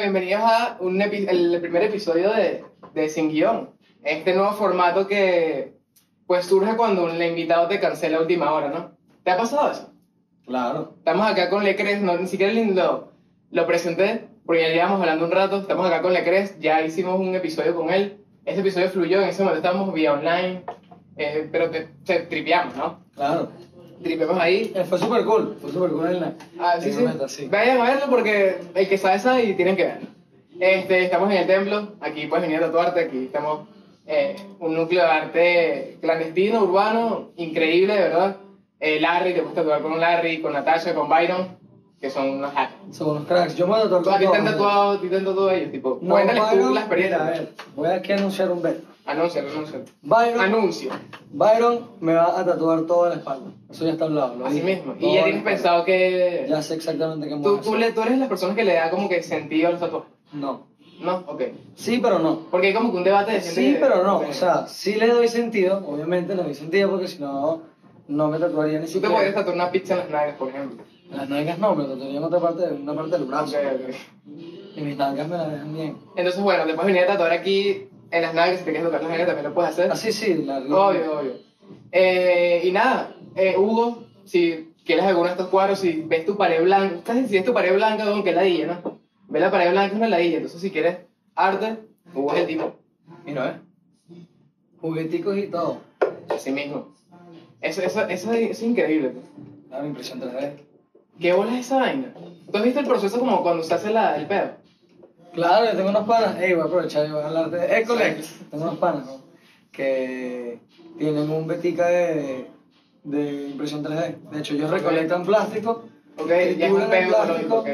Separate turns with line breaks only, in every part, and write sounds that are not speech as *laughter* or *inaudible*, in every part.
bienvenidos a un epi- el primer episodio de, de Sin Guión. Este nuevo formato que pues surge cuando un invitado te cancela a última hora, ¿no? ¿Te ha pasado eso?
Claro.
Estamos acá con Lecres, no, ni siquiera lo, lo presenté, porque ya llevamos hablando un rato. Estamos acá con Lecres, ya hicimos un episodio con él. Ese episodio fluyó, en ese momento estábamos vía online, eh, pero te, te tripeamos, ¿no?
Claro.
Tripeamos ahí.
Eh, Fue súper cool. Fue súper cool en la.
Ah, sí,
en
sí.
la meta, sí.
Vayan a verlo porque el que sabe sabe y tienen que verlo. Este, estamos en el templo, aquí puedes venir a tatuarte, aquí estamos eh, un núcleo de arte clandestino, urbano, increíble, de verdad. Eh, Larry, te puedes tatuar con Larry, con Natasha, con Byron, que son unos hacks.
Son unos cracks. Yo me voy a tatuar
¿A ti
todo.
te han tatuado, a ti te han tatuado ellos? Tipo,
No,
cuéntales tú
Byron,
la
mira, a
experiencia.
ver, voy aquí a anunciar un verbo.
Anuncio, anuncio.
Byron,
Anuncio,
Byron me va a tatuar toda la espalda. Eso ya está hablado. lo
así
dije.
mismo.
Toda
Y ya
la
tienes
espalda.
pensado que...
Ya sé exactamente qué me voy
Tú,
a
tú,
hacer.
le- tú eres las personas que le da como que sentido a los tatuajes.
No.
No, ok.
Sí, pero no.
Porque hay como que un debate de gente
Sí,
que-
pero no.
que-
O sea, sí le doy sentido. Obviamente le doy sentido porque si no, no me tatuaría ni
Tú te
siquiera.
podrías tatuar una pizza en las nalgas, por ejemplo.
Las nalgas no, me tatuaría en otra parte, en una parte del brazo.
Ok, ok.
Y mis nalgas me las dejan bien.
Entonces, bueno, te puedes venir a tatuar aquí en las nalgas. Si te quieres tocar las nalgas, también lo puedes hacer.
Ah, sí, sí, la
Obvio, obvio. Eh, y nada, eh, Hugo, si quieres alguno de estos cuadros, si ves tu pared blanca, casi si es tu pared blanca, don, que ladilla, ¿no? Ve la pared blanca, es una ladilla. Entonces, si quieres arte, Hugo es el tipo.
Mira, ¿eh? Jugueticos y todo.
Así mismo. Eso, eso, eso, es- eso es increíble. pues.
Dame impresión 3D.
¿Qué bola es esa vaina? ¿Tú has visto el proceso como cuando se hace la, el pedo?
Claro, yo tengo unos panas. Ey, voy a aprovechar y voy a hablar de Ecolex.
Sí.
Tengo unos panas ¿no? que tienen un betica de, de impresión 3D. De hecho, ellos recolectan plástico
Ok, ya es un
Tritura de
pedo ecológico,
plástico.
ok.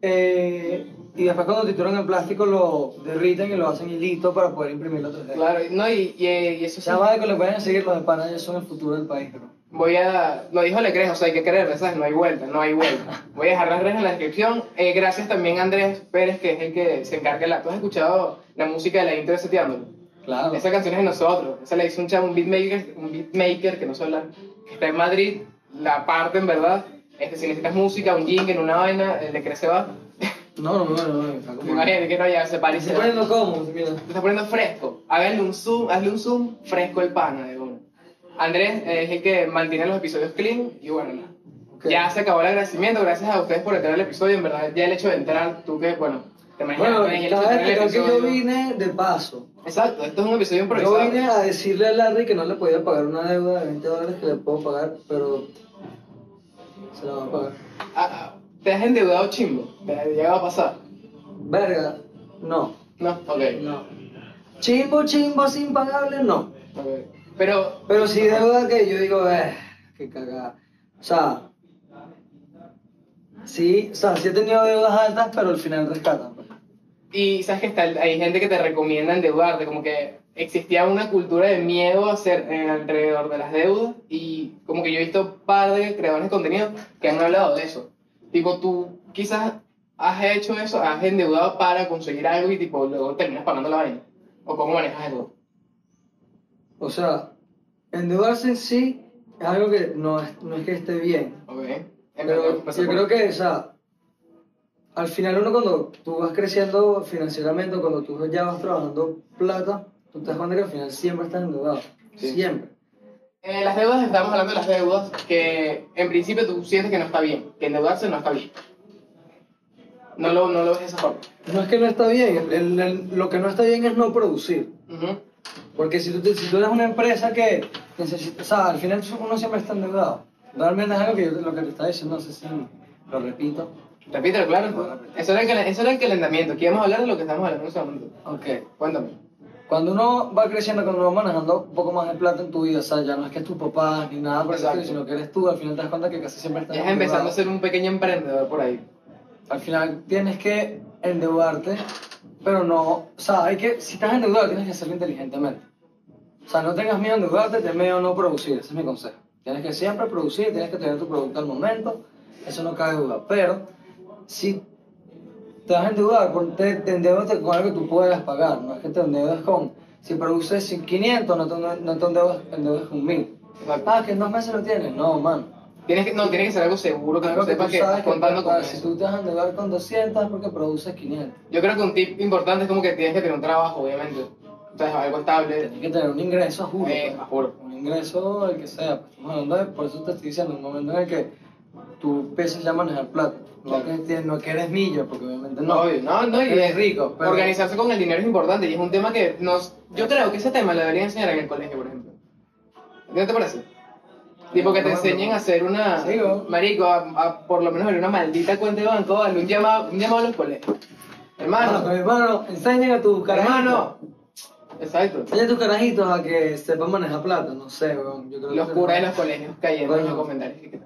eh, y después cuando trituran el plástico lo derriten y lo hacen hilito para poder imprimirlo 3D.
Claro, y- no, y, y, y eso sí.
Chama de Ecolex, vayan a seguir los de panas, ellos son el futuro del país, bro.
Voy a. Lo dijo Lecres, o sea, hay que creerle, ¿sabes? No hay vuelta, no hay vuelta. Voy a dejar las redes en la descripción. Eh, gracias también a Andrés Pérez, que es el que se encarga de la. ¿Tú has escuchado la música de la intro de Seteándolo?
Claro.
Esa canción es de nosotros. Esa la hizo un chavo, un beatmaker, un beatmaker que no sé hablar, que está en Madrid, la parte en verdad. Este, si necesitas música, un jingle, una vaina, el Lecres se va.
No, no, no, no, no, está como...
Imagínate que no, ya se parece.
Se poniendo cómodo, mira.
Te está poniendo fresco. Háganle un zoom, hazle un zoom fresco el pana de uno. Andrés eh, es el que mantiene los episodios clean y bueno, nada.
Ok.
ya se acabó el agradecimiento. Gracias a ustedes por entrar al episodio. En verdad, ya el hecho de entrar, tú que, bueno, te imaginas,
Bueno,
el hecho de
cabe
entrar al
destacar que yo
episodio-
vine de paso.
Exacto, esto es un episodio
Yo
improvisado.
vine a decirle a Larry que no le podía pagar una deuda de 20 dólares que le puedo pagar, pero se la va a pagar.
Ah, ah, te has endeudado chimbo. Te- Ya va a pasar.
Verga, no,
No, ok.
no. Chimbo, chimbo, así impagable, no.
ok. Pero,
Pero sí deuda que yo digo, eh, qué cagada. O sea, sí, o sea, sí he tenido deudas altas, pero al final rescatan. pues.
y sabes que está, el- hay gente que te recomienda endeudarte, como que existía una cultura de miedo a ser eh, alrededor de las deudas y como que yo he visto un par de creadores de contenido que han hablado de eso. Tipo, tú quizás has hecho eso, has endeudado para conseguir algo y tipo luego terminas pagando la vaina. ¿O cómo manejas eso?
O sea, endeudarse en sí es algo que no es- no es que esté bien.
Ok.
Pero yo creo que, o sea, al final uno cuando tú vas creciendo financieramente, o cuando tú ya vas trabajando plata, tú te das cuenta que al final siempre estás endeudado.
Sí.
Siempre.
Eh, las deudas, estamos hablando de las deudas que en principio tú sientes que no está bien, que endeudarse no está bien. No lo, no lo ves de esa forma.
No es que no está bien, el- el- lo que no está bien es no producir.
Ujú.
Porque si tú, te- si tú eres una empresa que necesita, o sea, al final uno siempre está endeudado. Realmente es algo que yo te- lo que te estaba diciendo, no sé si lo repito.
Repítelo, claro. Eso era, el, calen- eso era el calentamiento. Aquí vamos a hablar de lo que estamos hablando en un segundo.
Ok.
Cuéntame.
Cuando uno va creciendo, cuando uno va manejando un poco más de plata en tu vida, o sea, ya no es que es tu papá ni nada por el
Exacto.
estilo, sino que eres tú, al final te das cuenta que casi siempre estás
Ya es empezando a
endeudado.
ser un pequeño emprendedor por ahí.
Al final tienes que endeudarte, pero no, o sea, hay que, si estás endeudado, tienes que hacerlo inteligentemente. O sea, no tengas miedo a endeudarte, ten miedo a no producir, ese es mi consejo. Tienes que siempre producir, tienes que tener tu producto al momento, eso no cabe duda. Pero si te vas a endeudar, ponte, te endeudas con algo que tú puedas pagar, no es que te endeudes con, si produces 500, no te, no te endeudas, endeudas con 1000.
Exacto.
Ah, que en dos meses lo tienes, no, man.
Tienes que, no, tiene que ser algo seguro que
Algo
no
que
sepas
tú
que
sabes
estás
que
contando con
capaz, si
eso.
tú te vas a endeudar con 200 es porque produces 500.
Yo creo que un tip importante es como que tienes que tener un trabajo, obviamente. O sea, algo estable.
Tienes que tener un ingreso, juro.
Eh,
pues.
juro.
Un ingreso, el que sea. pues, estamos hablando de- por eso te estoy diciendo, un momento en el que tú empiezas ya a manejar plata. No,
Claro.
que, tienes- no que eres millo, porque obviamente no.
No, obvio, no, no, y
Eres rico, pero-
Organizarse con el dinero es importante y es un tema que nos. Yo creo que ese tema lo debería enseñar en el colegio, por ejemplo. ¿Qué te parece? Tipo que te
No,
enseñen
no.
a hacer una.
Sí, ¿no?
Marico, a, a por lo menos abrir una maldita cuenta de banco, vale, un llamado, un llamado a los colegios.
Hermano,
Hermano,
hermano, enseñen a tus carajitos.
hermano. Exacto.
Enseña a tus carajitos a que sepan manejar plata, no sé, weón. Yo creo
Los
que
curas de los colegios cayendo en los
Bueno.
comentarios.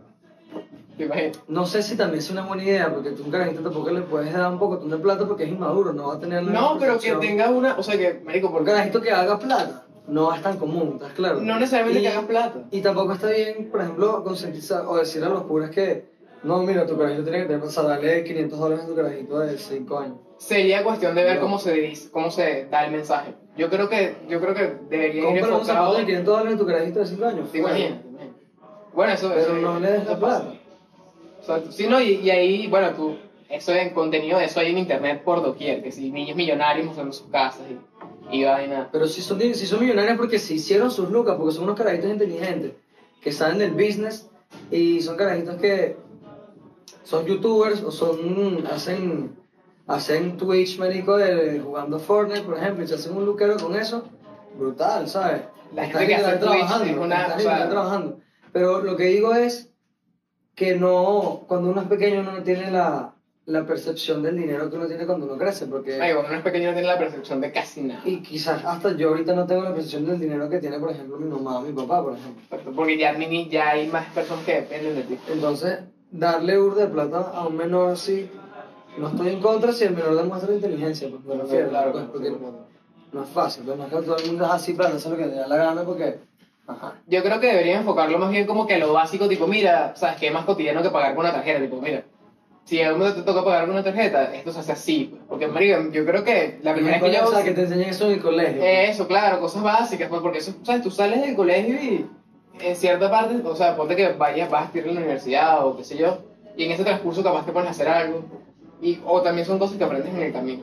¿Te imaginas?
No sé si también es una buena idea, porque tú a un carajito tampoco le puedes dar un poco de plata porque es inmaduro, no va a tener la
No, pero que
percepción.
tengas una. O sea, que, Marico,
Un
porque.
carajito que haga plata no es tan común, ¿estás claro?
No necesariamente
Y-
que hagas plata.
Y tampoco está bien, por ejemplo, concientizar o decir a los curas que, no, mira, tu carajito tiene que tener, o sea, dale 500 dólares a tu carajito de 5 años.
Sería cuestión de ver
No.
cómo se dice, cómo se da el mensaje. Yo creo que, yo creo que debería ir
Compra un
enfocado.
zapato de 500 dólares a tu carajito de 5 años.
Sí, imagínate, imagínate. Bueno, eso
Pero
eso-
no le des
eso
la
pasa.
plata.
Exacto. Sí, no, y, y ahí, bueno, tú, eso en contenido de eso hay en internet por doquier, que si niños millonarios mostrando sus casas y, y vaina.
Pero si son, si son millonarios porque se hicieron sus lucas, porque son unos carajitos inteligentes, que saben del business y son carajitos que son youtubers o son, hacen, hacen Twitch, marico, de, jugando Fortnite, por ejemplo, y se hacen un luquero con eso, brutal, ¿sabes?
La
Esta
gente que hace
está
Twitch
trabajando,
es una-
esta
o
gente
sea-
está trabajando. Pero lo que digo es que no, cuando uno es pequeño uno no tiene la, la percepción del dinero que uno tiene cuando uno crece, porque...
Ay, bueno, uno es pequeño no tiene la percepción de casi nada.
Y quizás hasta yo ahorita no tengo la percepción del dinero que tiene, por ejemplo, mi mamá o mi papá, por ejemplo.
Exacto, Porque ya, mini, ya hay más personas que dependen de ti.
Entonces, darle urda de plata a un menor así, no estoy en contra si el menor demuestra inteligencia, pues me refiero, pues, porque no es fácil, pues, no es que todo el mundo es así, plata, eso es lo que te da la gana, porque, ajá,
Yo creo que deberían enfocarlo más bien como que a lo básico, tipo, mira, ¿sabes qué es más cotidiano que pagar con una tarjeta? Tipo, mira, si a uno te toca pagar con una tarjeta, esto se hace así. pues. Porque, marica, yo creo que la primera vez que yo...
o sea, que te enseñen eso en el colegio. pues.
Eh, Eso, claro, cosas básicas, pues, porque eso, ¿sabes? Tú sales del colegio y en cierta parte, o sea, ponte que vayas, vas a estudiar en la universidad o qué sé yo, y en ese transcurso capaz te pones a hacer algo. Y, o también son cosas que aprendes en el camino.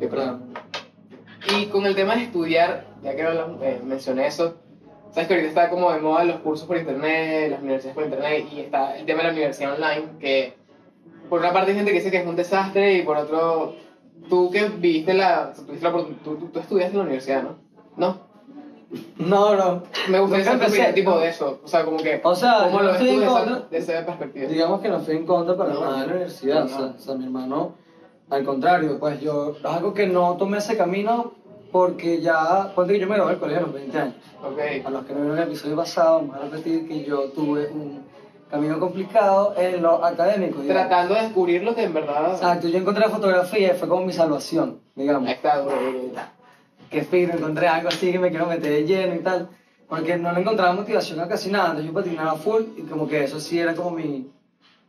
Yo creo.
claro.
Y con el tema de estudiar, ya que hablamos- eh, mencioné eso, sabes que ahorita está como de moda los cursos por internet, las universidades por internet, y está el tema de la universidad online, que por una parte hay gente que dice que es un desastre, y por otro, tú que viste la, tuviste la oportun- tú, tú, tú estudiaste en la universidad, ¿no? No.
No, no,
Me gustaría
Nunca
saber tu opinión
empecé.
tipo de eso, o sea, como que,
O sea,
¿cómo
yo
lo ves
estoy
tú
en
de esa,
contra-
de esa perspectiva?
digamos que no estoy en contra para
Eh. No,
nada de la
no.
universidad, o, sea,
No.
o sea, mi hermano, al contrario, pues yo algo que no tomé ese camino porque ya, ponte que yo me gradué del colegio a los 20 años, a
Ok,
los que no vieron el episodio pasado, vamos a repetir que yo tuve un camino complicado en lo académico, digamos.
tratando de descubrir lo que en verdad...
Exacto, yo encontré la fotografía y fue como mi salvación, digamos
Ahí está, bro, bro, bro.
que fino, encontré algo así que me quiero meter de lleno y tal. Porque no le encontraba motivación a casi nada, entonces yo patinaba full y como que eso sí era como mi,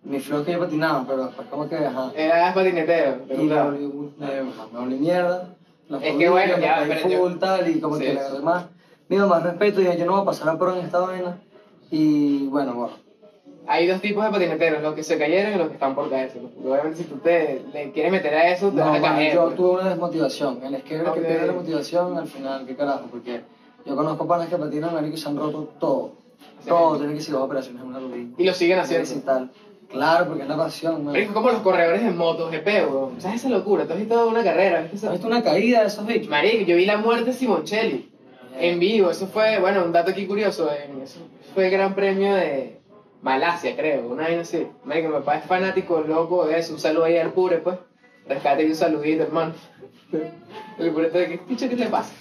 mi flow que yo patinaba, pero después como que, ajá.
Eras patinetero, te
Y me
gustaba.
volví, me, me volví mierda. los
Es que bueno,
tobillos,
ya,
me caí
pero yo-
full, tal, y como
Sí,
que le
sí.
agarré más, me dio más respeto, y dije, yo no voy a pasar a pro en esta vaina. Y bueno, bueno.
Hay dos tipos de patineteros, los que se cayeron y los que están por caerse. Porque obviamente si tú te le quieres meter a eso, te
No,
vas a
man,
caer.
yo
pues.
tuve una desmotivación. El skater
Ok.
que pierde la motivación al final, qué carajo, porque yo conozco panas que patinan marico y se han roto todo.
Sí.
Todo, tienen que seguir dos operaciones en una rodilla.
Y lo siguen
Tienen que
haciendo.
ir tal. Claro, porque es la pasión, man.
Pero es como los corredores de motos, GP, weón. O sea, esa locura. Tú has visto una carrera. ¿Viste
¿Has
esa?
visto una caída de esos bichos?
Marico, yo vi la muerte de Simoncelli en vivo. Eso fue, bueno, un dato aquí curioso. en- eso fue el gran premio de Malasia, creo. Una vez así. Marico, mi papá es fanático, loco de eso. Un saludo ahí al pure, pues. Rescate y un saludito, hermano. *laughs* El pureta de que, "Picho, ¿qué te pasa?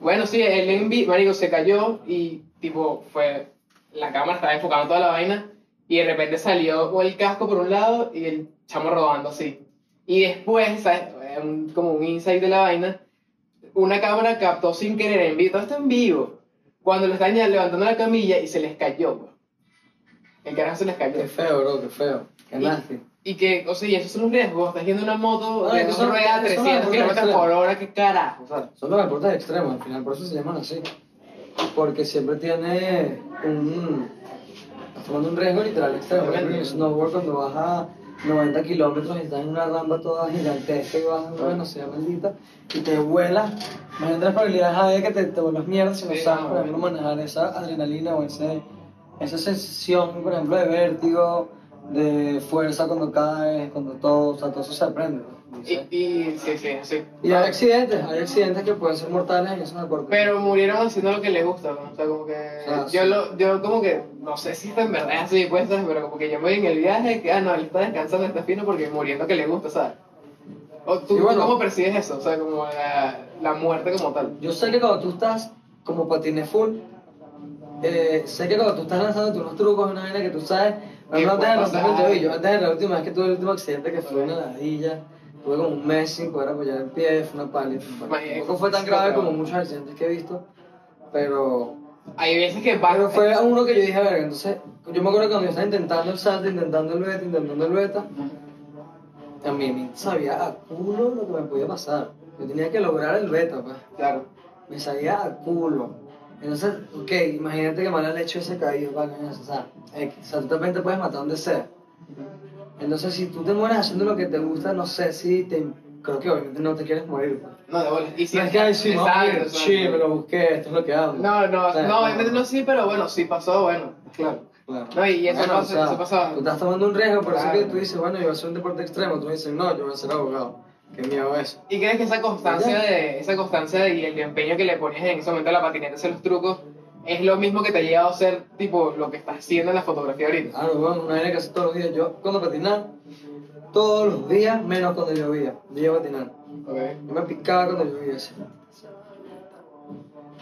Bueno, sí, el envi, marico, se cayó y, tipo, fue... La cámara estaba enfocando toda la vaina y de repente salió el casco por un lado y el chamo rodando así. Y después, ¿sabes? Eh, un- como un insight de la vaina, una cámara captó sin querer en vivo, todo esto en vivo, cuando lo estaban ya levantando la camilla y se les cayó, bro. El carajo se les cayó.
Qué feo, bro, qué feo. Qué
Y-
nasty.
Y que, o sea, y esos son los riesgos. Estás yendo en una moto de
Ay, que
dos
son-
ruedas a
que son
300
las
kilómetros
ruedas
por hora, qué carajo, ¿sabes?
Son los deportes extremos, al final, por eso se llaman así. Porque siempre tiene un, Estás tomando un riesgo literal extremo. Por ejemplo, en snowboard cuando vas a 90 kilómetros y estás en una rampa toda gigantesca y vas a una velocidad maldita y te vuelas. Imagínate las probabilidades a de que te, te vuelas mierda si no
Sí,
sabes,
no,
por ejemplo, manejar esa adrenalina o ese, esa sensación, por ejemplo, de vértigo, de fuerza cuando caes, cuando todo, o sea, todo eso se aprende. ¿no?
Y,
Entonces-
y sí, sí, sí.
y hay accidentes, hay accidentes que pueden ser mortales en eso me acuerdo.
Pero murieron haciendo lo que les gusta, ¿no? O sea, como que.
Ah, sí.
yo, lo, yo, como que. No sé si está en verdad es así, pues, ¿sabes? pero como que yo me voy en el viaje, que, ah, no, él está descansando, está fino porque muriendo que le gusta, ¿sabes? O tú,
Y bueno.
¿cómo percibes eso? O sea, como la, la muerte como tal.
Yo sé que cuando tú estás como patines full, eh, sé que cuando tú estás lanzando tú unos trucos, una vaina que tú sabes, por
Que
ejemplo, antes de
puede
lanzarme el
pasar.
tobillo, antes de la última vez que tuve el último accidente que fue una ladilla, tuve como un mes sin poder apoyar el pie, fue una pálida. Bueno,
Imagínate,
tampoco fue tan
es
grave
complicado.
como muchos accidentes que he visto, pero,
Hay veces que
pero
van.
fue a uno que yo dije, verga, entonces, yo me acuerdo que cuando yo estaba intentando el salto, intentando el beta, intentando el beta, a mí sabía a culo lo que me podía pasar. Yo tenía que lograr el beta, pues
Claro.
me salía a culo. Entonces, ok, imagínate que mala leche ese caído, va, coño, o sea, X, o sea, tú también te puedes matar donde sea. Entonces, si tú te mueres haciendo lo que te gusta, no sé si te. Creo que obviamente no te quieres morir. pues.
No, de bolas. Y si
no es que, ay, sí, me voy a morir,
Exacto,
sí,
exacto.
me lo busqué, esto es lo que hago.
No, no,
O sea,
no, obviamente no sí, pero bueno, sí pasó, bueno, claro.
Claro.
No, y eso pasa- eso pasa.
Tú estás tomando un riesgo, por eso
Claro.
que tú dices, bueno, yo voy a hacer un deporte extremo. Tú dices, no, yo voy a ser abogado. Qué miedo eso.
¿Y crees que esa constancia, de, esa constancia y el empeño que le ponías en ese momento a la patineta, hacer los trucos, es lo mismo que te ha llegado a ser tipo lo que estás haciendo en la fotografía ahorita?
Claro, bueno, una vaina que hace todos los días. Yo, cuando patinaba, todos los días, menos cuando llovía, yo iba a patinar.
Okay.
Yo me picaba cuando llovía así.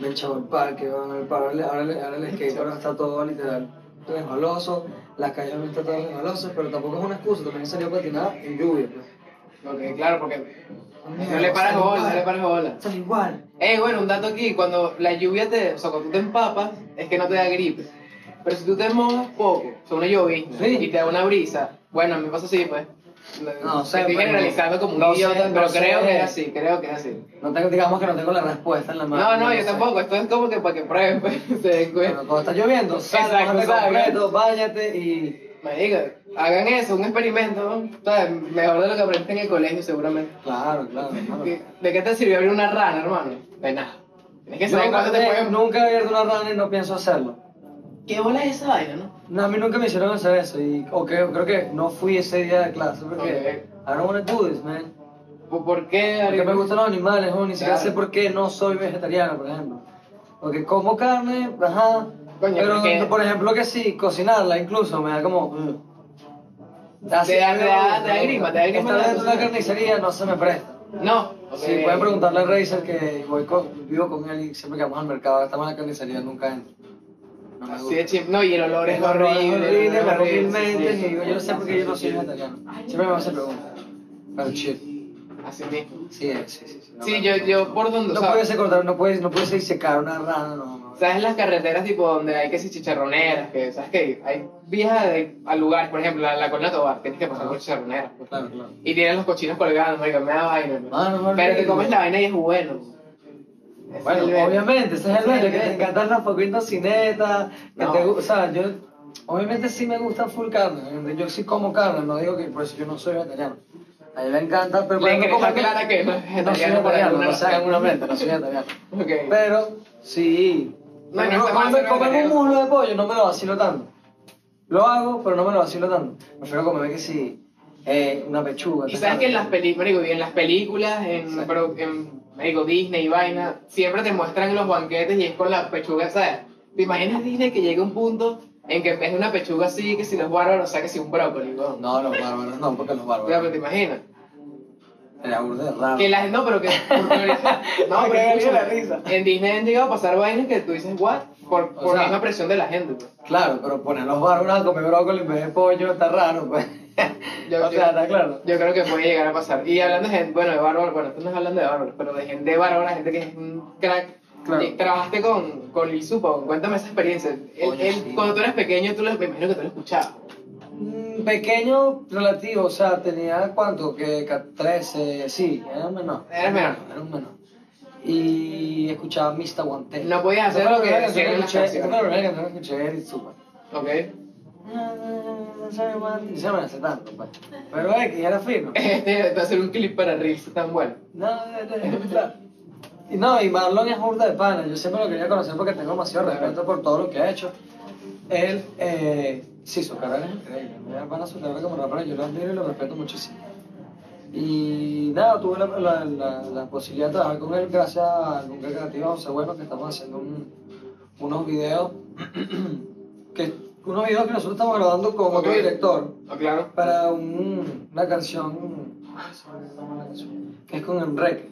Me echaba el parque, bueno, el parque, ahora, le- ahora, le- ahora el skate ahora está todo literal resbaloso, las calles no están todas resbalosas, pero tampoco es una excusa, también salió a patinar en lluvia. pues.
ok, claro, porque no le paras
Sale
bola,
igual,
no le paras bola.
Sale igual.
Eh, bueno, un dato aquí, cuando la lluvia te, o sea, cuando tú te empapas, es que no te da gripe. Pero si tú te mojas poco, o sea, una llovizna,
Sí.
y te da una brisa, bueno, a mí me pasa así, pues.
No sé,
Estoy
pero-
generalizando como un
no sé,
idiota,
no
pero
sé.
creo que es así, creo que es así.
No tengo, digamos que no tengo la respuesta en la mano.
No, no, yo
sé.
tampoco, esto es como que para que prueben, pues, *laughs* se den
Pero
cuenta.
cuando está lloviendo, sal,
Exacto,
bájate
sal,
completo, báñate y...
Marica, hagan eso, un experimento, ¿no? ¿sabes? Mejor de lo que aprendiste en el colegio, seguramente.
Claro, claro, hermano.
¿De de qué te sirvió abrir una rana, hermano? De nada. Tienes que saber
Nunca,
cuándo te pueden...
nunca he abierto una rana y no pienso hacerlo.
¿Qué bola es esa vaina, no?
No, a mí nunca me hicieron hacer eso y o creo, creo que no fui ese día de clase porque I don't wanna do this, man.
¿Por- ¿Por qué?
Porque me
Ari?
gustan los animales, ¿no? ni siquiera
Claro.
sé por qué no soy vegetariano, por ejemplo. Porque como carne, ajá,
Coño,
pero
porque-
por ejemplo que sí, cocinarla incluso me da como... "Ugh". Así
Te da-
me
te da-
gusta,
te da
me
grima,
gusta.
te da grima
Estar
la
dentro de una
cocina.
carnicería no se me presta.
No. ok.
Sí, pueden preguntarle a Razer que voy con- vivo con él y siempre que vamos al mercado, estamos en la carnicería, nunca entro. No me
Así
gusta.
de chip. No, y el olor es horrible.
horrible,
es
me
horrible,
rompí el mente,
sí,
y digo, yo no sé por qué yo no soy
sí.
vegetariano. Siempre me hace preguntas. Pero chill.
Así mismo.
Sí, eh, sí, sí. Sí, no,
Sí,
no,
yo,
no.
yo por donde...
No
o sea,
puedes cortar, no puedes, no puedes disecar una rana, no, no.
¿Sabes las carreteras tipo donde hay que si chicharroneras? Que, ¿Sabes qué? Hay viejas de- a lugares, por ejemplo, la, la Colina Tobar, tienes que pasar por chicharroneras. pues.
Claro, claro. Ah,
Y tienen los cochinos colgados, marica, me da vaina. ¿no?
Mano, mano,
Pero te
horrible.
comes la vaina y es bueno. Es
Bueno,
el-
obviamente, ese es el
Sí,
bello, que
sí.
te encantan las poquitas cinetas, que
No.
te gu- o sea, yo, obviamente sí me gusta full carne, obviamente yo sí como carne, no digo que por eso yo no soy vegetariano. A mí me encanta, pero por
Le
ejemplo,
quedó
como
clara que no es
no soy
vegetariano por
vegetariano,
alguna
no
razón.
sea alguna mente, no soy vegetariano.
Ok.
Pero, sí.
No, no,
Pero
esa
cuando
masa no
comerme
es
un muslo de pollo no me lo vacilo tanto. Lo hago, pero no me lo vacilo tanto. Prefiero comer que si eh, una pechuga.
Y sabes que en las películas, en las películas, en, pero en marico, Disney y vaina, siempre te muestran los banquetes y es con la pechuga, ¿sabes? ¿Te imaginas Disney que llegue un punto en que en vez de una pechuga así, que si los bárbaros, saque si un brócoli, weón?
No, los bárbaros no, porque los
O sea,
bárbaros.
pero te imaginas.
Era burda de raro.
Que las, no, pero que. porque-
*laughs*
no,
Me
pero
cagué de la
escúchame,
risa.
En Disney han llegado a pasar vainas que tú dices, what? Por,
O
por
sea-
la misma presión de la gente, pues.
Claro, pero poner los bárbaros a comer brócoli en vez de pollo está raro, pues.
Yo-
*laughs* o
yo-
sea, está claro.
Yo creo que puede llegar a pasar. Y hablando de gente, bueno, de bárbaros, bueno, tú no estás hablando de bárbaros, pero de gente bárbara, gente que es un crack.
Claro.
Y Trabajaste con, con Lil Supa, cuéntame esa experiencia. Él-
Oye,
él,
sí.
Cuando tú eras pequeño, tú lo, me imagino que tú lo escuchabas.
Mm, Pequeño relativo, o sea, tenía cuánto, que ca- 13, sí, era menor.
Era menor.
Era un menor. Y escuchaba Mr. Guante.
No podías hacer lo que
Esa fue la primera
decían en las
canción
canciones.
que escuché, esa fue la primera canción que escuché de Eric Supa.
¿Ok?
sabe cuánto. Y se me hace tanto, pues. Pero X, era fino.
Este va a ser un clip para Reels tan bueno.
No, no, no, Y no, y Marlon es burda de pana. Yo siempre lo quería conocer porque tengo demasiado respeto por todo lo que ha hecho. Él, eh, sí, su carrera es increíble. Me da pana su carrera como rapero, yo lo admiro y lo respeto muchísimo. Y nada, tuve la, la- la- la posibilidad de trabajar con él gracias a Nunca Creativo José Bueno, que estamos haciendo un- unos videos. *clears throat* que, unos videos que nosotros estamos grabando con otro
Ok.
director
Ah, claro.
para un- una canción, ah, se me olvidó la canción, que es con Enrique.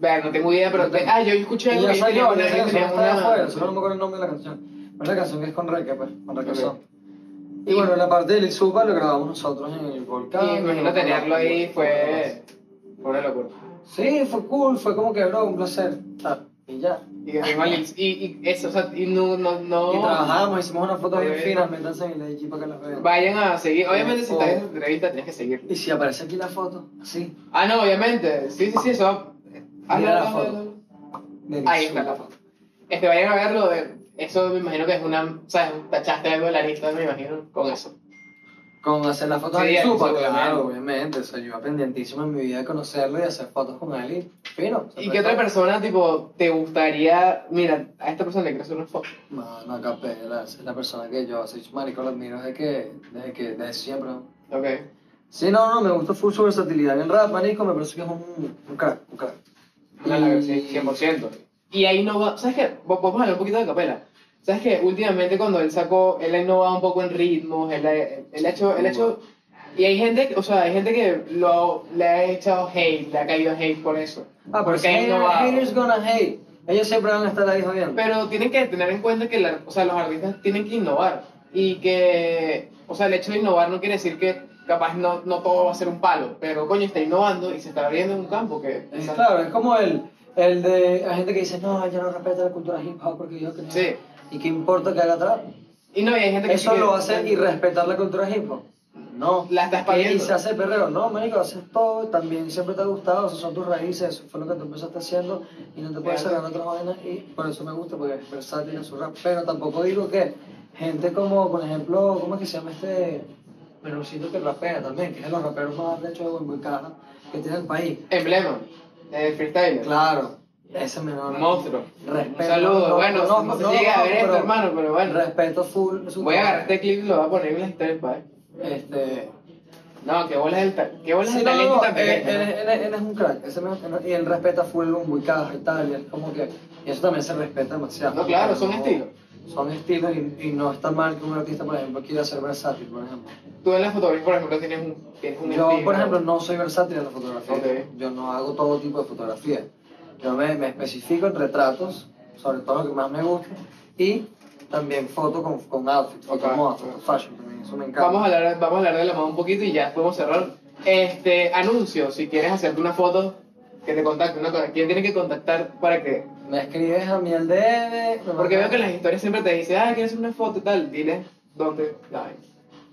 Vea, no tengo idea, pero.
No tengo.
Ah, yo escuché
Y
algo
ya
que tenía
salió,
una-
ya salió,
tenía
solo
una-
está afuera, solo no me acuerdo el nombre de la canción. Pero la canción que es con Reque, pues, con Reque
Ok.
Son. Y bueno, la parte del Ixupa lo grabamos nosotros en el volcán.
Y imagino tenerlo ahí fue. Fue una locura.
Sí, fue cool, fue como que, bro, un placer. tal, Y ya.
Y que tengo a Lil- Y, y eso, o sea, y no, no, no.
Y trabajamos, hicimos unas fotos bien
Ok.
finas, métanse en el IG para que las vean.
Vayan a seguir. Obviamente, si
Oh.
estás en esta entrevista, tienes que seguir.
Y si aparece aquí la foto, sí,
Ah, no, obviamente. Sí, sí, sí, eso. va-
Mira la
Ah, no,
foto.
no, no.
del
Ahí está
Ixupa.
la foto. Este, vayan a verlo. de- Eso me imagino que es una. ¿Sabes? Tachaste algo de la lista, me imagino, con eso.
Con hacer las fotos
Sí,
del
el
Ixupa,
Ixupa,
claro,
claro.
obviamente. O sea, yo pendientísimo en mi vida de conocerlo y hacer fotos con él y fino. pues,
¿Y qué otra persona, tipo, te gustaría. Mira, a esta persona le quiero hacer una foto.
Mano, Capela es la persona que yo soy marico, lo admiro desde que, desde que, desde siempre.
Ok.
Sí, no, no, me gusta full su versatilidad en el rap, marico, me parece que es un, un crack, un crack.
Claro, sí, 100%. Y ahí no va. ¿Sabes qué? Vo- Vamos a hablar un poquito de capela. ¿Sabes qué? Últimamente, cuando él sacó, él ha innovado un poco en ritmos, él ha, él ha hecho. Él ha hecho y hay gente, o sea, hay gente que lo, le ha echado hate, le ha caído hate por eso.
Ah, pero
porque
si
ha
haters,
innovado.
haters gonna hate, ellos siempre van a estar ahí jodiendo.
Pero tienen que tener en cuenta que la- o sea, los artistas tienen que innovar. Y que, o sea, el hecho de innovar no quiere decir que capaz no, no todo va a ser un palo, pero coño, está innovando y se está abriendo un campo que...
Es claro, es como el, el de, hay gente que dice, no, yo no respeto la cultura hip hop porque yo que no.
Sí.
¿Y qué importa que haga trap?
Y no, y hay gente que...
Eso
sí que-
lo hace irrespetar la cultura hip hop. No.
La estás
Y
pariendo.
se hace perreo. No, marico, haces todo. También siempre te ha gustado. Esas son tus raíces. Eso fue lo que tú empezaste haciendo. Y no te puedes
Claro.
sacar otras vainas. Y por eso me gusta, porque es versátil en su rap. Pero tampoco digo que gente como, por ejemplo, ¿cómo es que se llama este menucito que rapea también? Que es de los raperos más, de hecho, muy caros que tiene el país.
Emblema, el freestyler.
Claro. Ese menor.
Monstruo.
Respeto.
Un saludo.
no,
bueno,
no,
no, se
no,
llega a ver
no,
esto,
pero
hermano, pero bueno.
Respeto full. su
Voy a agarrar
trabajo.
este clip y lo voy a poner en las historias, padre.
Este.
No, que bolas el, ta- qué bolas
Sí,
el
no, eh,
talento
no,
tan
él,
pequeño,
él-
¿no?
él- él es un crack, ese me- él- y él respeta full el y caja y tal, y él como que, y eso también se respeta demasiado.
No, claro, son estilos.
Son estilos y, y no está mal que un artista, por ejemplo, quiera ser versátil, por ejemplo.
Tú en la fotografía, por ejemplo, tienes un, tienes un
Yo,
estilo.
por ejemplo, no soy versátil en la fotografía,
Ok.
yo no hago todo tipo de fotografía. Yo me, me especifico en retratos, sobre todo lo que más me gusta, y también foto con, con outfit, foto
Ok.
moda, foto fashion también, eso me encanta.
Vamos a hablar, vamos a hablar de la moda un poquito y ya podemos cerrar. Este, anuncio, si quieres hacerte una foto, que te contacte una cosa. ¿Quién tiene que contactar para que?
Me escribes a mi al DM, me
Porque veo
mandas-
que en las historias siempre te dice, ah, quieres una foto y tal. Dile dónde. Ay,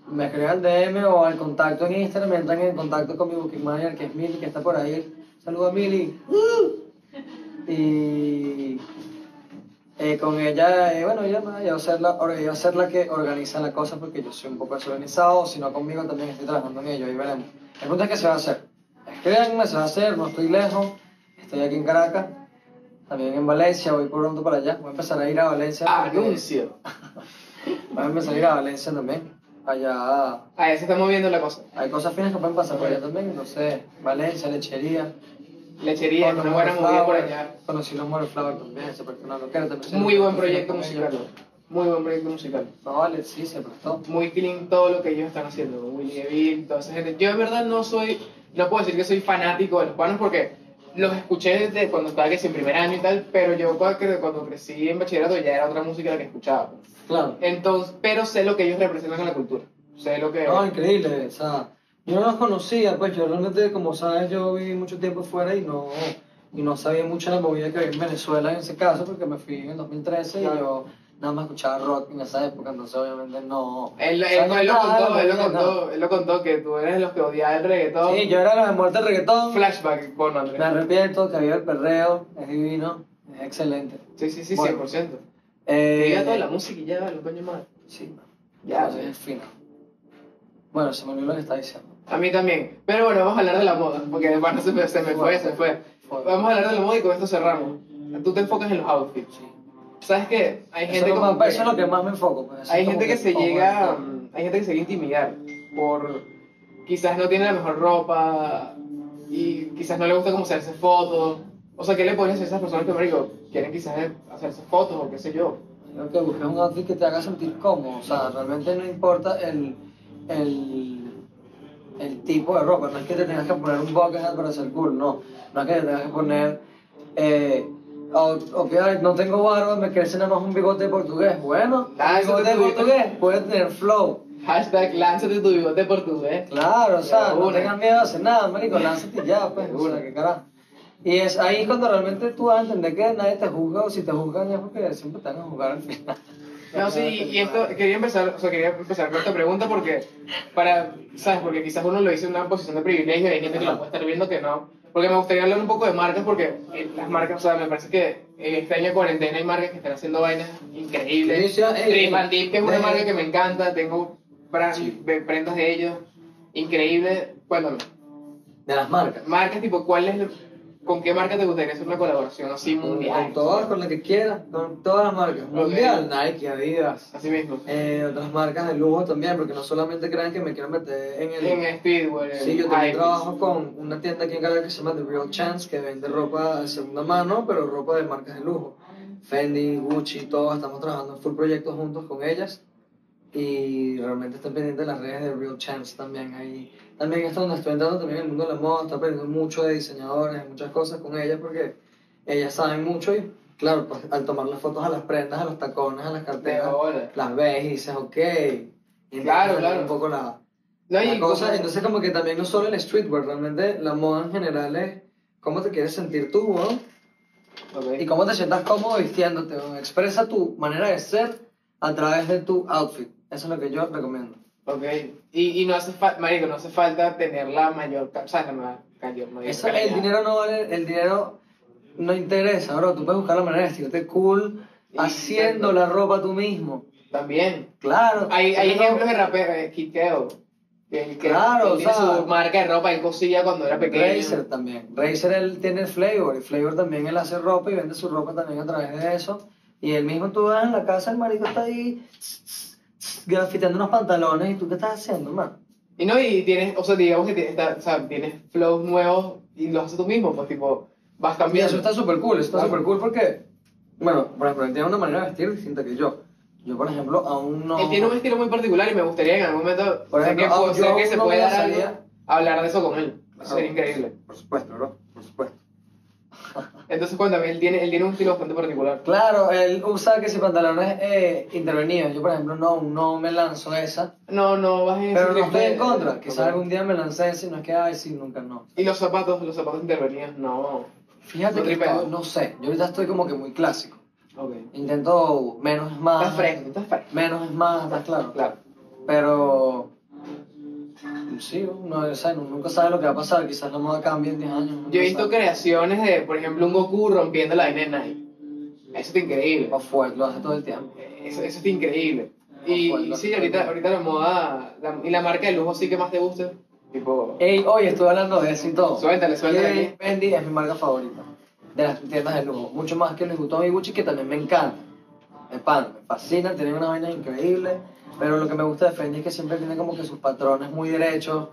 Me escriben al DM o al contacto en Instagram, me entran en contacto con mi booking manager que es Mili, que está por ahí. Saludos a Mili. ¡Uh! Y eh, con ella, eh, bueno, ella, nada, ella va a ser la, or- ella va a ser la que organiza la cosa porque yo soy un poco desorganizado, si no conmigo también estoy trabajando en ello, ahí veremos. La pregunta es qué se va a hacer. Escríbanme, se va a hacer, no estoy lejos, estoy aquí en Caracas, también en Valencia, voy pronto para allá, voy a empezar a ir a Valencia.
Ah,
porque-
Anuncio.
Voy a empezar a ir a Valencia también, allá
Ahí se está moviendo la cosa.
hay cosas finas que pueden pasar por allá también, no sé, Valencia, lechería.
Lechería,
Con los
una buena movida por
Mollflower,
allá.
Conocí los Mollflower también, se prestó una loquera también.
Muy buen
se-
proyecto
con ellos.
musical. Muy buen proyecto musical.
No, vale, sí, se prestó.
muy clean todo lo que ellos están haciendo, Willy Deville, toda esa gente. Yo de verdad no soy, no puedo decir que soy fanático de los cubanos porque los escuché desde cuando estaba que sí, en primer año y tal, pero yo cuando, que- cuando crecí en bachillerato ya era otra música la que escuchaba.
Claro.
Entonces, pero sé lo que ellos representan en la cultura. Sé lo que...
No, increíble, o sea, yo no los conocía, pues yo realmente, como sabes, yo viví mucho tiempo fuera y no, y no sabía mucho la movida que había en Venezuela en ese caso, porque me fui en el 2013 y yo nada más escuchaba rock en esa época, entonces obviamente no...
Él, él-
sabía
él lo
nada de la
contó, él lo
movida, nada.
contó, él lo contó que tú eres de los que odiaba el reggaetón.
Sí, yo era la de muerte del reggaetón.
Flashback, bueno,
Me
Andrés.
arrepiento, que viva el perreo, es divino, es excelente.
Sí, sí, sí,
Bueno.
100%.
Eh,
Ya toda la música y ya, los coño más.
Sí,
Ya,
ya, es
sí.
fino. Bueno, se me olvidó lo que estaba diciendo.
A mí también. Pero bueno, vamos a hablar de la moda, porque de pana se me, se me fue, se me fue. Vamos a hablar de la moda y con esto cerramos. Tú te enfocas en los outfits. ¿Sabes qué? Hay
Eso,
gente
es lo
como
más-
que-
eso es lo que más me enfoco. pues, eso
hay
es como
gente que, se
oh,
llega
bueno.
mm, hay gente que se llega a intimidar por quizás no tiene la mejor ropa y quizás no le gusta como hacerse fotos o sea qué le pones a esas personas que marico quieren quizás eh, hacerse fotos o qué sé yo
Lo que busques es un outfit que te haga sentir cómodo. O sea, realmente no importa el, el, el tipo de ropa. No es que te tengas que poner un bucket hat para ser cool, no. No es que te tengas que poner. Eh, o, o que ay, no tengo barba, me crece nada más un bigote de portugués. Bueno,
Ah,
un
eso
bigote
te
de
tuviste.
portugués puede tener flow.
hashtag lánzate tu bigote portugués
Claro, o sea, no
Seguro.
tengas miedo a hacer nada, marico, lánzate y ya, pues, o sea, qué carajo. Y es ahí cuando realmente tú vas a entender que nadie te juzga, o si te juzgan es porque siempre te van a juzgar al final.
no sí y esto quería empezar o sea quería empezar con esta pregunta porque para sabes porque quizás uno lo dice en una posición de privilegio y hay gente que lo puede estar viendo que no porque me gustaría hablar un poco de marcas porque eh, las marcas o sea me parece que eh, este año de cuarentena hay marcas que están haciendo vainas increíbles
Sí, sí, eh,
Trip
eh,
and Dip, que es una
eh,
marca que me encanta, tengo bra-
Sí.
de- prendas de ellos, increíble. Cuéntame,
De las marcas.
marcas tipo, ¿cuál es, el- ¿con qué marca te gustaría hacer una colaboración así mundial?
Con todas, con la que quieras, con todas las marcas. Mundial, Nike, Adidas,
Así mismo.
eh, otras marcas de lujo también, porque no solamente crean que me quiero meter en el...
En Speedway. en
Sí, yo también
Hypebeast.
trabajo con una tienda aquí en Caracas que se llama The Real Chance, que vende ropa de segunda mano, pero ropa de marcas de lujo. Fendi, Gucci, todos estamos trabajando en full proyectos juntos con ellas. Y realmente están pendientes de las redes de Real Chance también ahí. También esto donde estoy entrando también en el mundo de la moda, estoy aprendiendo mucho de diseñadores, de muchas cosas con ellas porque ellas saben mucho y claro, pues, al tomar las fotos a las prendas, a los tacones, a las
De
carteras,
bola.
las ves y dices, ok. Y
Claro,
entonces,
claro.
Un poco la,
No,
la
y
cosa,
como-
entonces como que también no solo el streetwear, realmente la moda en general es cómo te quieres sentir tú, weón,
Ok.
y cómo te sientas cómodo vistiéndote, weón. expresa tu manera de ser a través de tu outfit, eso es lo que yo recomiendo.
Ok. Y, y no hace falta, marico, no hace falta tener la mayor, ca- o sea, la ma- mayor, mayor
Eso, el
calidad.
dinero no vale, el dinero no interesa, bro, tú puedes buscar la manera de vestirte cool
Y-
haciendo la ropa tú mismo,
También.
claro.
Hay, hay
Pero-
ejemplos de rapero, eh, Kikeo. que- que-
Claro,
que
o
tiene
sea-
su marca de ropa, él cosía cuando era pequeño.
Razer también. Razer él tiene el Flavor y Flavor también él hace ropa y vende su ropa también a través de eso. Y él mismo tú vas en la casa, el marico está ahí grafiteando unos pantalones y tú qué estás haciendo, man.
Y no, y tienes, o sea, digamos que tienes, o sea, tienes flows nuevos y los haces tú mismo, pues tipo, vas
Y eso
cambiando.
está súper cool, eso está
Claro.
súper cool porque, bueno, por ejemplo, él tiene una manera de vestir distinta que yo. Yo, por ejemplo, aún no...
Él tiene un estilo muy particular y me gustaría que en algún momento,
Por
sé que,
ejemplo,
o
ah,
sea,
yo
que se
no me
pueda dar algo,
lanzaría-
hablar de eso con él. Eso
Ah,
sería increíble.
Por supuesto, bro, por supuesto.
Entonces, cuéntame, él tiene, él tiene un estilo bastante particular.
Claro, él usa que si pantalones eh, intervenidos. Yo, por ejemplo, no, no me lanzo esa.
No, no, vas en
Pero
ese
no estoy
trip
en
de-
contra.
Ok.
Quizás algún día me lancé si no es que, ay, sí, nunca no.
Y los zapatos, los zapatos intervenidos, no.
Fíjate
No
que
tripeo.
yo no sé. Yo ahorita estoy como que muy clásico.
Ok.
Intento menos es más.
Estás fresco, estás fresco.
Menos es más, más claro.
Claro.
Pero. Sí, uno, sabe, uno nunca sabe lo que va a pasar. Quizás la moda cambie en 10 años. uno
Yo he
no
visto
sabe.
creaciones de, por ejemplo, un Goku rompiendo la vaina de Nike. Eso está increíble.
O fuerte, lo hace todo el tiempo.
Eso, eso está increíble. Y
Ojo, el
sí,
loco.
ahorita, ahorita la moda la- y la marca de lujo sí que más te gusta. Tipo,
Ey, oye, estuve hablando de eso y todo.
Suéltale, suéltale
Yay,
aquí.
Fendi es mi marca favorita de las tiendas de lujo. Mucho más que Louis Vuitton y Gucci, que también me encanta. Me pan, me fascina, tienen unas vainas increíbles. Pero lo que me gusta de Fendi es que siempre tiene como que sus patrones muy derechos,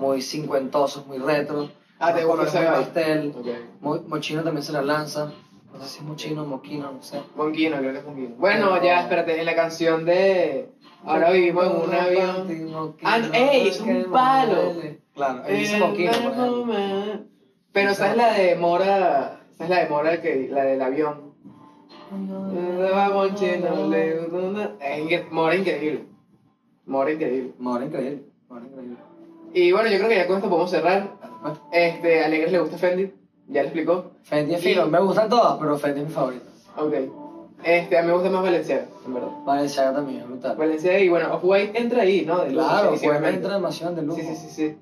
muy cincuentosos, muy retro.
ah, te
unos
gusta
colores
ese
muy
baile.
pastel.
Ok.
Mo- Mochino también se la lanza. No sé si es Mochino, Moquino, no sé.
Monquino, creo que es Monquino. Bueno,
Pero-
ya, espérate, en la canción de Ahora vivimos en un avión. Ah, no, ey, es un palo.
Claro, él dice Moquino. por ejemplo.
Pero ¿sabes la de Mora? ¿Sabes la de Mora que la del avión?
Mm.
Vamos, chino, le- Es incre- Mora increíble. Mora increíble.
Mora increíble, mora increíble.
Y bueno, yo creo que ya con esto podemos cerrar.
Después,
Este, a Alegres le gusta Fendi, ya le explicó.
Fendi es fino, me gustan todas, pero Fendi es mi favorita.
Ok. Este, a mí me gusta más Valenciaga, en verdad.
Valenciaga también es brutal.
Valenciaga y bueno, Off-White entra ahí, ¿no? De lujo,
Claro, pues me
definitivamente.
entra demasiado de lujo.
Sí, sí, sí, sí.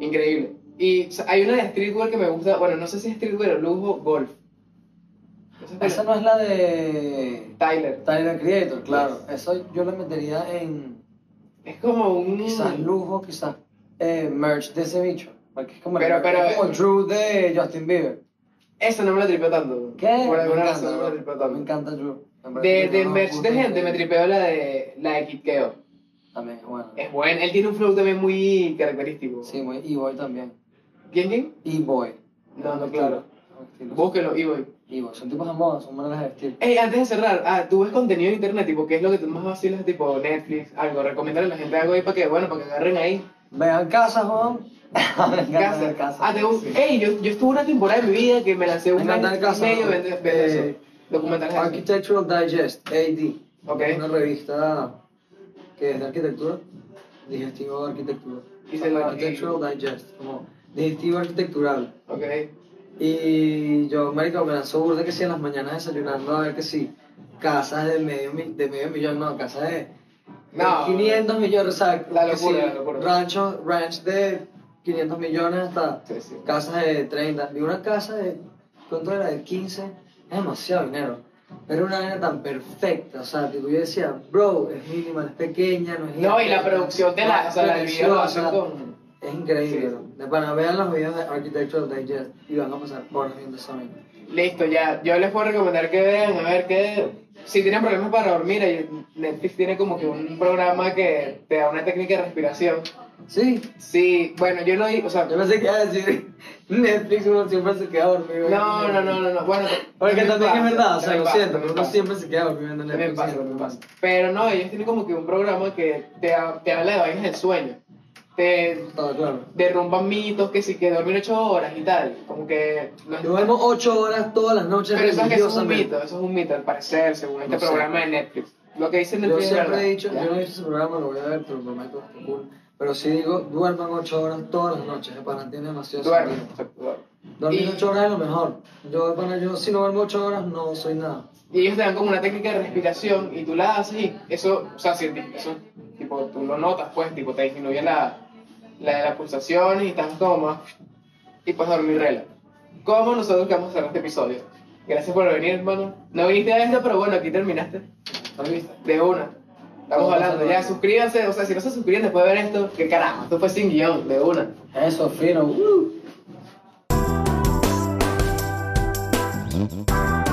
Increíble. Y o sea, hay una de streetwear que me gusta, bueno, no sé si es streetwear o lujo, golf. Esa es
Esa
buena.
no es la de
Tyler.
Tyler Creator, claro. Eso yo la metería en
Es como un.
Quizás lujo, quizás eh, merch de ese bicho. Porque es como,
Pero-
el,
pero- eh,
es como el Drew de Justin Bieber.
Eso no me lo tripeo tanto.
¿Qué?
Por
me,
alguna
encanta,
razón no me lo
bro.
tripeo
me
tanto.
encanta Drew.
De,
Me parece que
de
no,
merch
justo
de gente me
que-
tripeo la de, la de Kid Keo.
También, bueno.
Es bueno, él tiene un flow también muy característico.
Sí, muy E-Boy también.
¿Quién, quién?
E-Boy.
No, no,
Estilo,
claro.
estilo.
Búsquelo, y voy.
E-Boy. Son tipos de moda, son maneras de vestir.
Ey, antes de cerrar, ah, tú ves contenido en internet, tipo, ¿qué es lo que tú más vacilas, tipo Netflix, algo? Recomiéndale a la gente algo ahí para que, bueno, para que agarren ahí.
Vean casa, Juan. *laughs* me encanta
Casa.
ver casa.
Ah, te gusta. Ey, yo, yo estuve una temporada de mi vida que me lancé
Me
un
encanta
año
el casa,
y medio
¿no?
de, de- de
Eh,
eso. Documentales de eso.
Architectural Digest, AD.
Ok.
Una revista que es de arquitectura, digestivo de arquitectura.
Y se la-
Architectural Digest, como digestivo arquitectural.
Ok.
Y yo, marico, me lanzó burda que si en las mañanas desayunando a ver que si casas de medio, mi- de medio millón, no, casas de, de
No.
500 millones, o sea,
La
que
locura,
si
la locura.
rancho, ranch de 500 millones hasta
Sí, sí.
casas de 30. Vi una casa de, ¿cuánto era? De 15, es demasiado dinero. Era una vaina tan perfecta, o sea, tipo, yo decía, bro, es mínima, es pequeña, no es...
No, y la
gigante,
producción de
no
la-
es
o sea, la del video lo hacen
preciosa.
con-
Es increíble.
Sí.
De para vean los videos de Architectural Digest y van a pasar por viendo Sonic.
Listo, ya. Yo les puedo recomendar que vean, a ver qué. Si tienen problemas para dormir, ahí Netflix tiene como que un programa que te da una técnica de respiración.
Sí,
Sí, bueno, yo no. O sea,
yo pensé que iba a decir *laughs* Netflix uno siempre se queda dormido.
no, no, no, no, no. Bueno,
Porque también
pasa,
es verdad, o sea,
también
lo
pasa,
siento,
también
uno
pasa.
siempre se queda dormido en
También
Netflix.
pasa, también pasa. Pero no, ellos tienen como que un programa que te, ha- te habla de vainas del sueño. Te
Todo claro.
derrumban mitos que sí, que dormir ocho horas y tal. Como que... no es-
Yo duermo 8 horas todas las noches
pero eso es, que eso es un
religiosamente.
mito, eso es un mito, al parecer, según este
No sé.
programa de Netflix. Lo que dicen
Yo
Netflix es
siempre he
verdad.
dicho,
Ya.
yo no he visto ese programa, lo voy a ver, pero prometo que está cool. Pero sí digo, duerman 8 horas todas las noches, para tiene demasiado
Duerme,
sentido.
exacto, duerme.
Dormir
Y-
8 horas es lo mejor. Yo, pana, yo si no duermo 8 horas no soy nada.
Y ellos te dan como una técnica de respiración y tú la haces y eso, o sea, si- eso, tipo, tú lo notas, pues, tipo, te disminuye la, la, la pulsación y estás como más, y puedes dormir rela. Como nosotros que vamos a cerrar este episodio. Gracias por venir, hermano. No viniste a esto, pero bueno, aquí terminaste.
¿Estás listo?
De una. Estamos
Vamos a
hablando, ya
cerrar.
suscríbanse, o sea, si no se suscriben después de ver esto, qué carajo, esto fue sin guión, de una.
Eso, fino. uh.